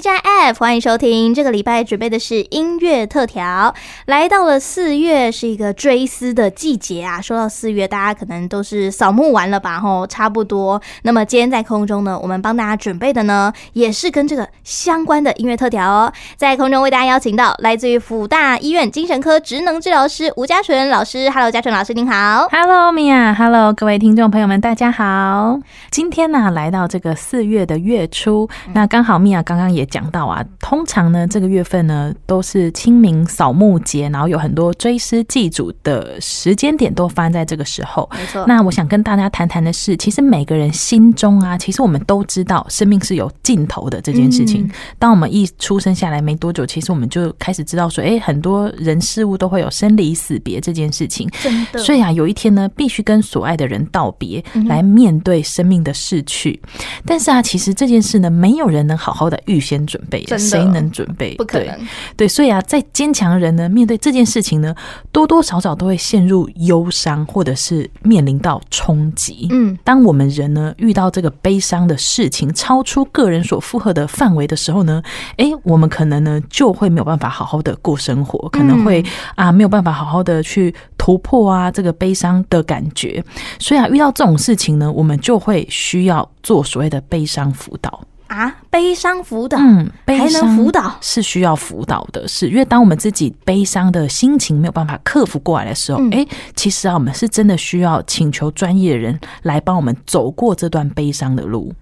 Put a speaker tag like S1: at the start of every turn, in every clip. S1: TGIF，欢迎收听。这个礼拜准备的是音乐特调，来到了四月，是一个追思的季节啊。说到四月，大家可能都是扫墓完了吧，吼，差不多。那么今天在空中呢，我们帮大家准备的呢，也是跟这个相关的音乐特调哦。在空中为大家邀请到来自于辅大医院精神科职能治疗师吴家纯老师。Hello，家纯老师您好。
S2: Hello Mia，Hello 各位听众朋友们，大家好。今天呢、来到这个四月的月初，那刚好 Mia 刚刚也讲到啊，通常呢这个月份呢都是清明扫墓节，然后有很多追思祭祖的时间点都发生在这个时候。
S1: 没错，
S2: 那我想跟大家谈谈的是，其实每个人心中啊，其实我们都知道生命是有尽头的这件事情。
S1: 嗯
S2: 当我们一出生下来没多久，其实我们就开始知道说，哎、很多人事物都会有生离死别这件事情。
S1: 真的，
S2: 所以啊，有一天呢，必须跟所爱的人道别
S1: 嗯，哼
S2: 来面对生命的逝去。但是啊，其实这件事呢，没有人能好好的预先准备
S1: 真，的
S2: 谁能准备？
S1: 不可
S2: 对
S1: 能。
S2: 对，所以啊，再坚强的人呢，面对这件事情呢，多多少少都会陷入忧伤，或者是面临到冲击。
S1: 嗯，
S2: 当我们人呢遇到这个悲伤的事情，超出个人所负荷的范围的时候呢，诶，我们可能呢就会没有办法好好的过生活，可能会、
S1: 嗯
S2: 啊没有办法好好的去突破啊这个悲伤的感觉。所以啊，遇到这种事情呢，我们就会需要做所谓的悲伤辅导。
S1: 啊，悲伤辅导、
S2: 嗯，悲
S1: 还能
S2: 伤
S1: 辅导，
S2: 是需要辅导的，是因为当我们自己悲伤的心情没有办法克服过来的时候，
S1: 嗯
S2: 哎、其实啊，我们是真的需要请求专业的人来帮我们走过这段悲伤的路。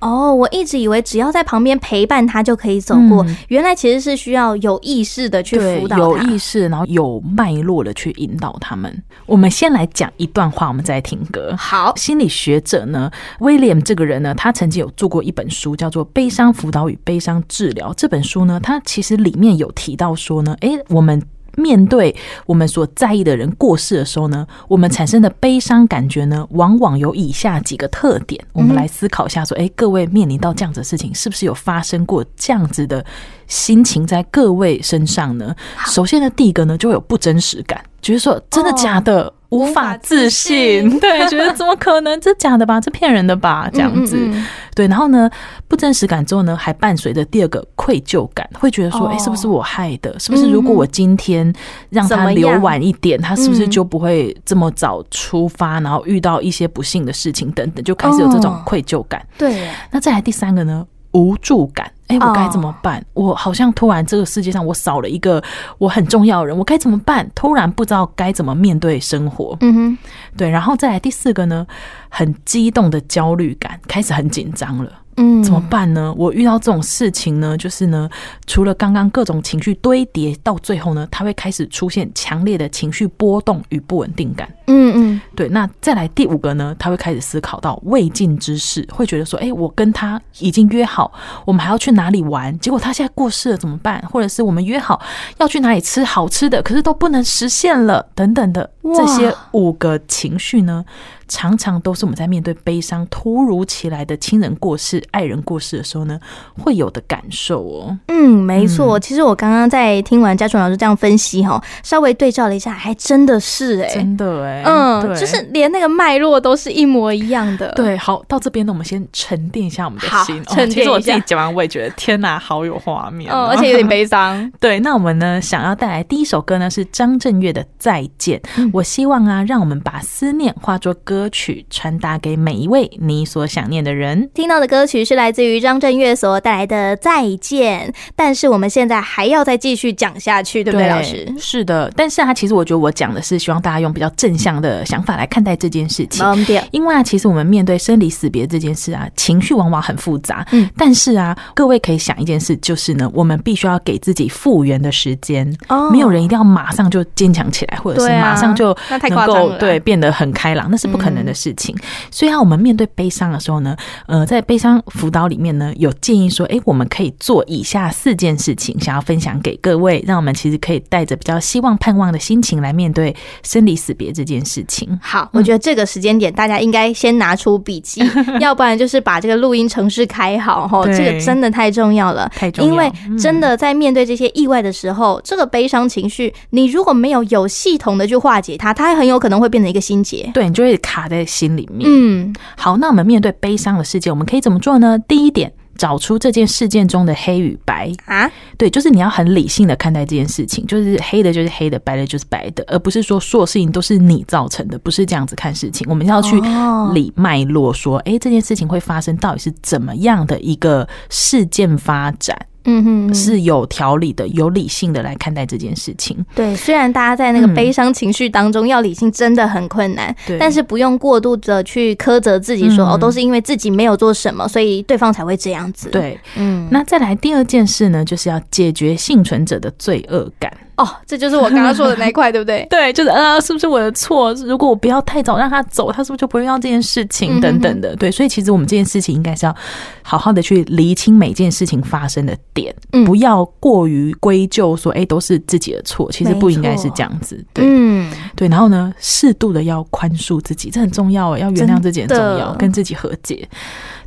S1: 哦，我一直以为只要在旁边陪伴他就可以走过，
S2: 嗯
S1: 原来其实是需要有意识的去
S2: 对
S1: 辅，导
S2: 有
S1: 他。
S2: 意识，然后有脉络的去引导他们。我们先来讲一段话，我们再来听歌。
S1: 好，
S2: 心理学者呢，威廉这个人呢，他曾经有做过一本书，叫做《悲伤辅导与悲伤治疗》。这本书呢，它其实里面有提到说呢，诶，我们。面对我们所在意的人过世的时候呢，我们产生的悲伤感觉呢，往往有以下几个特点。我
S1: 嗯
S2: 们
S1: 哼
S2: 来思考一下，说，诶，各位面临到这样子的事情，是不是有发生过这样子的心情在各位身上呢？首先呢，第一个呢，就会有不真实感，觉得说真的
S1: 哦
S2: 假的，无
S1: 无法
S2: 法自
S1: 自信
S2: 信， 对，觉得怎么可能？这假的吧？这骗人的吧？这样子，
S1: 嗯嗯嗯
S2: 对。然后呢，不真实感之后呢，还伴随着第二个愧疚感，会觉得说，
S1: 哦嗯
S2: 哎、是不是我害的？是不是如果我今天让
S1: 怎么
S2: 他
S1: 样
S2: 留晚一点，他是不是
S1: 嗯
S2: 就不会这么早出发，然后遇到一些不幸的事情等等，就开始有这种
S1: 哦
S2: 愧疚感。
S1: 对耶，
S2: 那再来第三个呢？无助感，哎、我该
S1: 哦
S2: 怎么办我好像突然这个世界上我少了一个我很重要的人，我该怎么办？突然不知道该怎么面对生活。
S1: 嗯哼，
S2: 对，然后再来第四个呢，很激动的焦虑感，开始很紧张了，
S1: 嗯，
S2: 怎么办呢？我遇到这种事情呢，就是呢，除了刚刚各种情绪堆叠，到最后呢，它会开始出现强烈的情绪波动与不稳定感。
S1: 嗯嗯，
S2: 对，那再来第五个呢，他会开始思考到未尽之事，会觉得说，哎、我跟他已经约好，我们还要去哪里玩，结果他现在过世了怎么办？或者是我们约好要去哪里吃好吃的，可是都不能实现了，等等的
S1: 哇
S2: 这些五个情绪呢，常常都是我们在面对悲伤、突如其来的亲人过世、爱人过世的时候呢，会有的感受哦。
S1: 嗯，没错。其实我刚刚在听完家纯老师这样分析哈，稍微对照了一下，还真的是哎、
S2: 真的哎、
S1: 嗯，
S2: 对
S1: 就是连那个脉络都是一模一样的。，嗯
S2: 对，好，到这边呢，我们先沉淀一下我们的
S1: 好
S2: 心。哦
S1: 沉
S2: 其
S1: 淀
S2: 实我
S1: 一
S2: 自
S1: 下
S2: 己讲完，我也觉得天哪，好有画面、
S1: 嗯，而且有点。悲 伤。
S2: 对，那我们呢，想要带来第一首歌呢，是张震岳的《再见》。
S1: 嗯
S2: 我希望啊，让我们把思念化作歌曲，传达给每一位你所想念的人。
S1: 听到的歌曲是来自于张震岳所带来的《再见》，但是我们现在还要再继续讲下去，对不对，老师？
S2: 是的，但是啊，其实我觉得我讲的是希望大家用比较正向的想法来看待这件事情。
S1: 嗯，对，
S2: 因为啊，其实我们面对生离死别这件事啊，情绪往往很复杂。
S1: 嗯，
S2: 但是啊，各位可以想一件事，就是呢，我们必须要给自己复原的时间。
S1: 哦
S2: 没有人一定要马上就坚强起来，或者是
S1: 对啊
S2: 马上就
S1: 那太夸
S2: 能
S1: 张
S2: 够
S1: 了，嗯
S2: 对，变得很开朗，那是不可能的事情。所以啊，我们面对悲伤的时候呢，呃，在悲伤辅导里面呢，有建议说，诶，我们可以做以下四件事情，想要分享给各位，让我们其实可以带着比较希望、盼望的心情来面对生离死别这件事情。
S1: 好，我觉得这个时间点大家应该先拿出笔 记，要不然就是把这个录音程式开好吼，
S2: 对
S1: 这个真的太重要了。
S2: 太重要，
S1: 因为
S2: 嗯
S1: 真的在面对这些意外的时候，这个悲伤情绪，你如果没有有系统的去化解它，它很有可能会变成一个心结。
S2: 对你就会卡在心里面。
S1: 嗯，
S2: 好，那我们面对悲伤的世界，我们可以怎么做呢？第一点，找出这件事件中的黑与白。
S1: 啊，
S2: 对，就是你要很理性的看待这件事情，就是黑的就是黑的，白的就是白的，而不是说所有事情都是你造成的，不是这样子看事情。我们要去
S1: 哦
S2: 理脉络，说，哎、这件事情会发生，到底是怎么样的一个事件发展，
S1: 嗯哼嗯，
S2: 是有条理的、有理性的来看待这件事情。
S1: 对。虽然大家在那个
S2: 嗯
S1: 悲伤情绪当中要理性真的很困难，
S2: 对，
S1: 但是不用过度的去苛责自己说，
S2: 嗯
S1: 哦，都是因为自己没有做什么，所以对方才会这样子。，
S2: 对，
S1: 嗯，
S2: 那再来第二件事呢，就是要解决幸存者的罪恶感。
S1: 哦，这就是我刚刚说的那一块，对不 对？
S2: 对，就是啊、呃是不是我的错？如果我不要太早让他走，他是不是就不会遇到这件
S1: 嗯
S2: 事
S1: 哼
S2: 情等等的？对，所以其实我们这件事情应该是要好好的去厘清每件事情发生的点，
S1: 嗯
S2: 不要过于归咎说，哎、都是自己的错，其实不应该是这样子。对、
S1: 嗯，
S2: 对，然后呢，适度的要宽恕自己，这很重要哎，要原谅自己很
S1: 真
S2: 重
S1: 的
S2: 要，跟自己和解。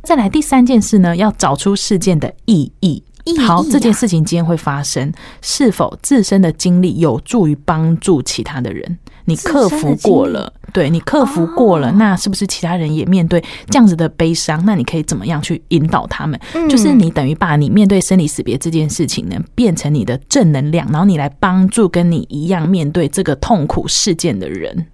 S2: 再来第三件事呢，要找出事件的意义。
S1: 意义
S2: 好，这件
S1: 啊
S2: 事情今天会发生，是否自身的经历有助于帮助其他的人？你
S1: 自身
S2: 克
S1: 的
S2: 服过
S1: 经历
S2: 了，对你克服过了，
S1: 哦
S2: 那是不是其他人也面对这样子的悲伤？那你可以怎么样去引导他们？
S1: 嗯
S2: 就是你等于把你面对生离死别这件事情呢，变成你的正能量，然后你来帮助跟你一样面对这个痛苦事件的人。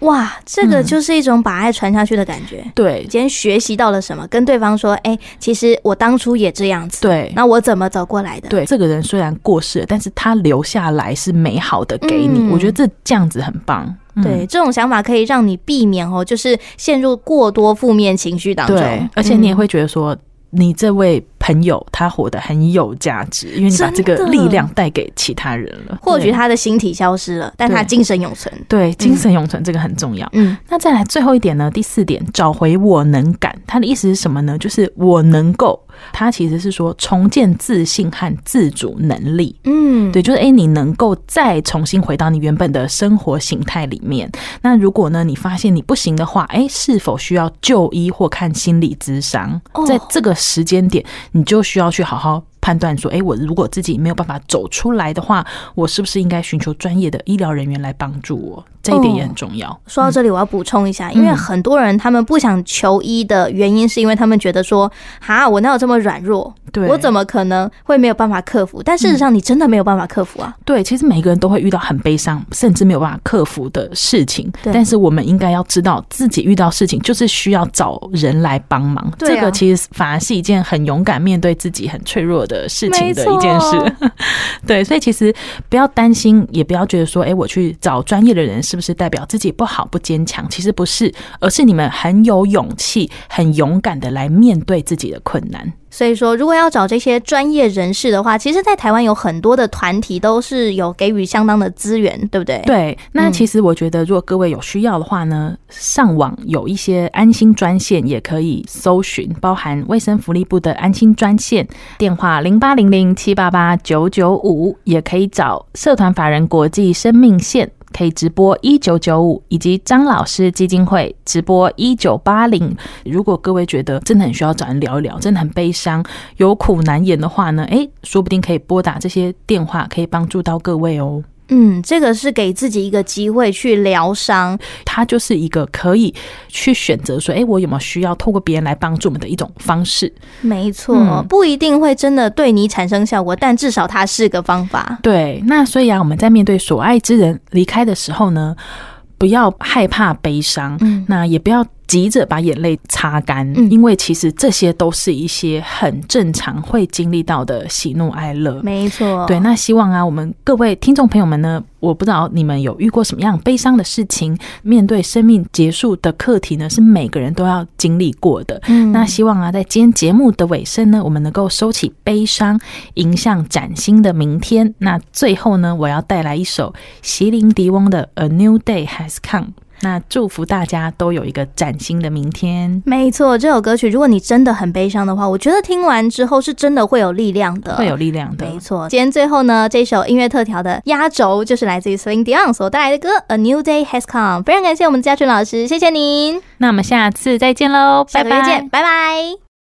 S1: 哇，这个
S2: 嗯
S1: 就是一种把爱传下去的感觉。
S2: 对
S1: 今天学习到了什么？跟对方说，哎、其实我当初也这样子，
S2: 对
S1: 那我怎么走过来的？，
S2: 对，这个人虽然过世了，但是他留下来是美好的给你，
S1: 嗯
S2: 我觉得这这样子很棒。嗯
S1: 对，这种想法可以让你避免哦，就是陷入过多负面情绪当中。
S2: 对，而且你也
S1: 嗯
S2: 会觉得说，你这位朋友他活得很有价值，因为你把这个
S1: 真的
S2: 力量带给其他人了。
S1: 或许
S2: 对
S1: 他的嗯形体消失了，但他
S2: 对
S1: 精神永存。
S2: 对精神永存这个很重要。
S1: 嗯，
S2: 那再来最后一点呢？第四点，找回我能感。他的意思是什么呢？就是我能够，他其实是说重建自信和自主能力。
S1: 嗯，
S2: 对，就是诶，你能够再重新回到你原本的生活形态里面。那如果呢，你发现你不行的话，诶，是否需要就医或看心理咨商？
S1: 哦
S2: 在这个时间点，你就需要去好好判断说，诶，哎我如果自己没有办法走出来的话，我是不是应该寻求专业的医疗人员来帮助我？这一点
S1: 哦
S2: 也很重要。
S1: 说到这里，我要补充一下，因为
S2: 嗯
S1: 很多人他们不想求医的原因，是因为他们觉得说，哈，我哪有这么软弱？
S2: 对，嗯
S1: 我怎么可能会没有办法克服？但事实上，你真的没有办法克服啊！
S2: 对，其实每个人都会遇到很悲伤，甚至没有办法克服的事情。
S1: 对
S2: 但是我们应该要知道，自己遇到事情就是需要找人来帮忙。
S1: 对啊
S2: 这个其实反而是一件很勇敢面对自己很脆弱的事情的一件
S1: 没
S2: 事。 对，所以其实不要担心，也不要觉得说，哎，我去找专业的人是不是代表自己不好、不坚强？其实不是，而是你们很有勇气、很勇敢的来面对自己的困难。
S1: 所以说，如果要找这些专业人士的话，其实，在台湾有很多的团体都是有给予相当的资源，对不对？，
S2: 对，那
S1: 嗯
S2: 其实我觉得，如果各位有需要的话呢，上网有一些安心专线也可以搜寻，包含卫生福利部的安心专线，电话零八零零七八八九九五，也可以找社团法人国际生命线。可以直播一九九五，以及张老师基金会直播一九八零。如果各位觉得真的很需要找人聊一聊，真的很悲伤，有苦难言的话呢，诶，说不定可以拨打这些电话，可以帮助到各位哦。
S1: 嗯，这个是给自己一个机会去疗伤，
S2: 它就是一个可以去选择说，哎、我有没有需要透过别人来帮助我们的一种方式。
S1: 没错，
S2: 嗯
S1: 不一定会真的对你产生效果，但至少它是个方法。
S2: 对，那所以啊，我们在面对所爱之人离开的时候呢，不要害怕悲伤，
S1: 嗯
S2: 那也不要急着把眼泪擦干，
S1: 嗯
S2: 因为其实这些都是一些很正常会经历到的喜怒哀乐。
S1: 没错，
S2: 对，那希望啊，我们各位听众朋友们呢，我不知道你们有遇过什么样悲伤的事情，面对生命结束的课题呢，是每个人都要经历过的。
S1: 嗯
S2: 那希望啊，在今天节目的尾声呢，我们能够收起悲伤，迎向崭新的明天。那最后呢，我要带来一首席琳迪翁的《A New Day Has Come》。那祝福大家都有一个崭新的明天，
S1: 没错，这首歌曲，如果你真的很悲伤的话，我觉得听完之后是真的会有力量的，
S2: 会有力量的。
S1: 呃没错，今天最后呢，这首音乐特调的压轴就是来自于 Celine Dion 所带来的歌《A New Day Has Come》，非常感谢我们的嘉纯老师，谢谢您，
S2: 那我们下次再见喽，
S1: 下
S2: 拜
S1: 个月
S2: 拜。
S1: 见，拜拜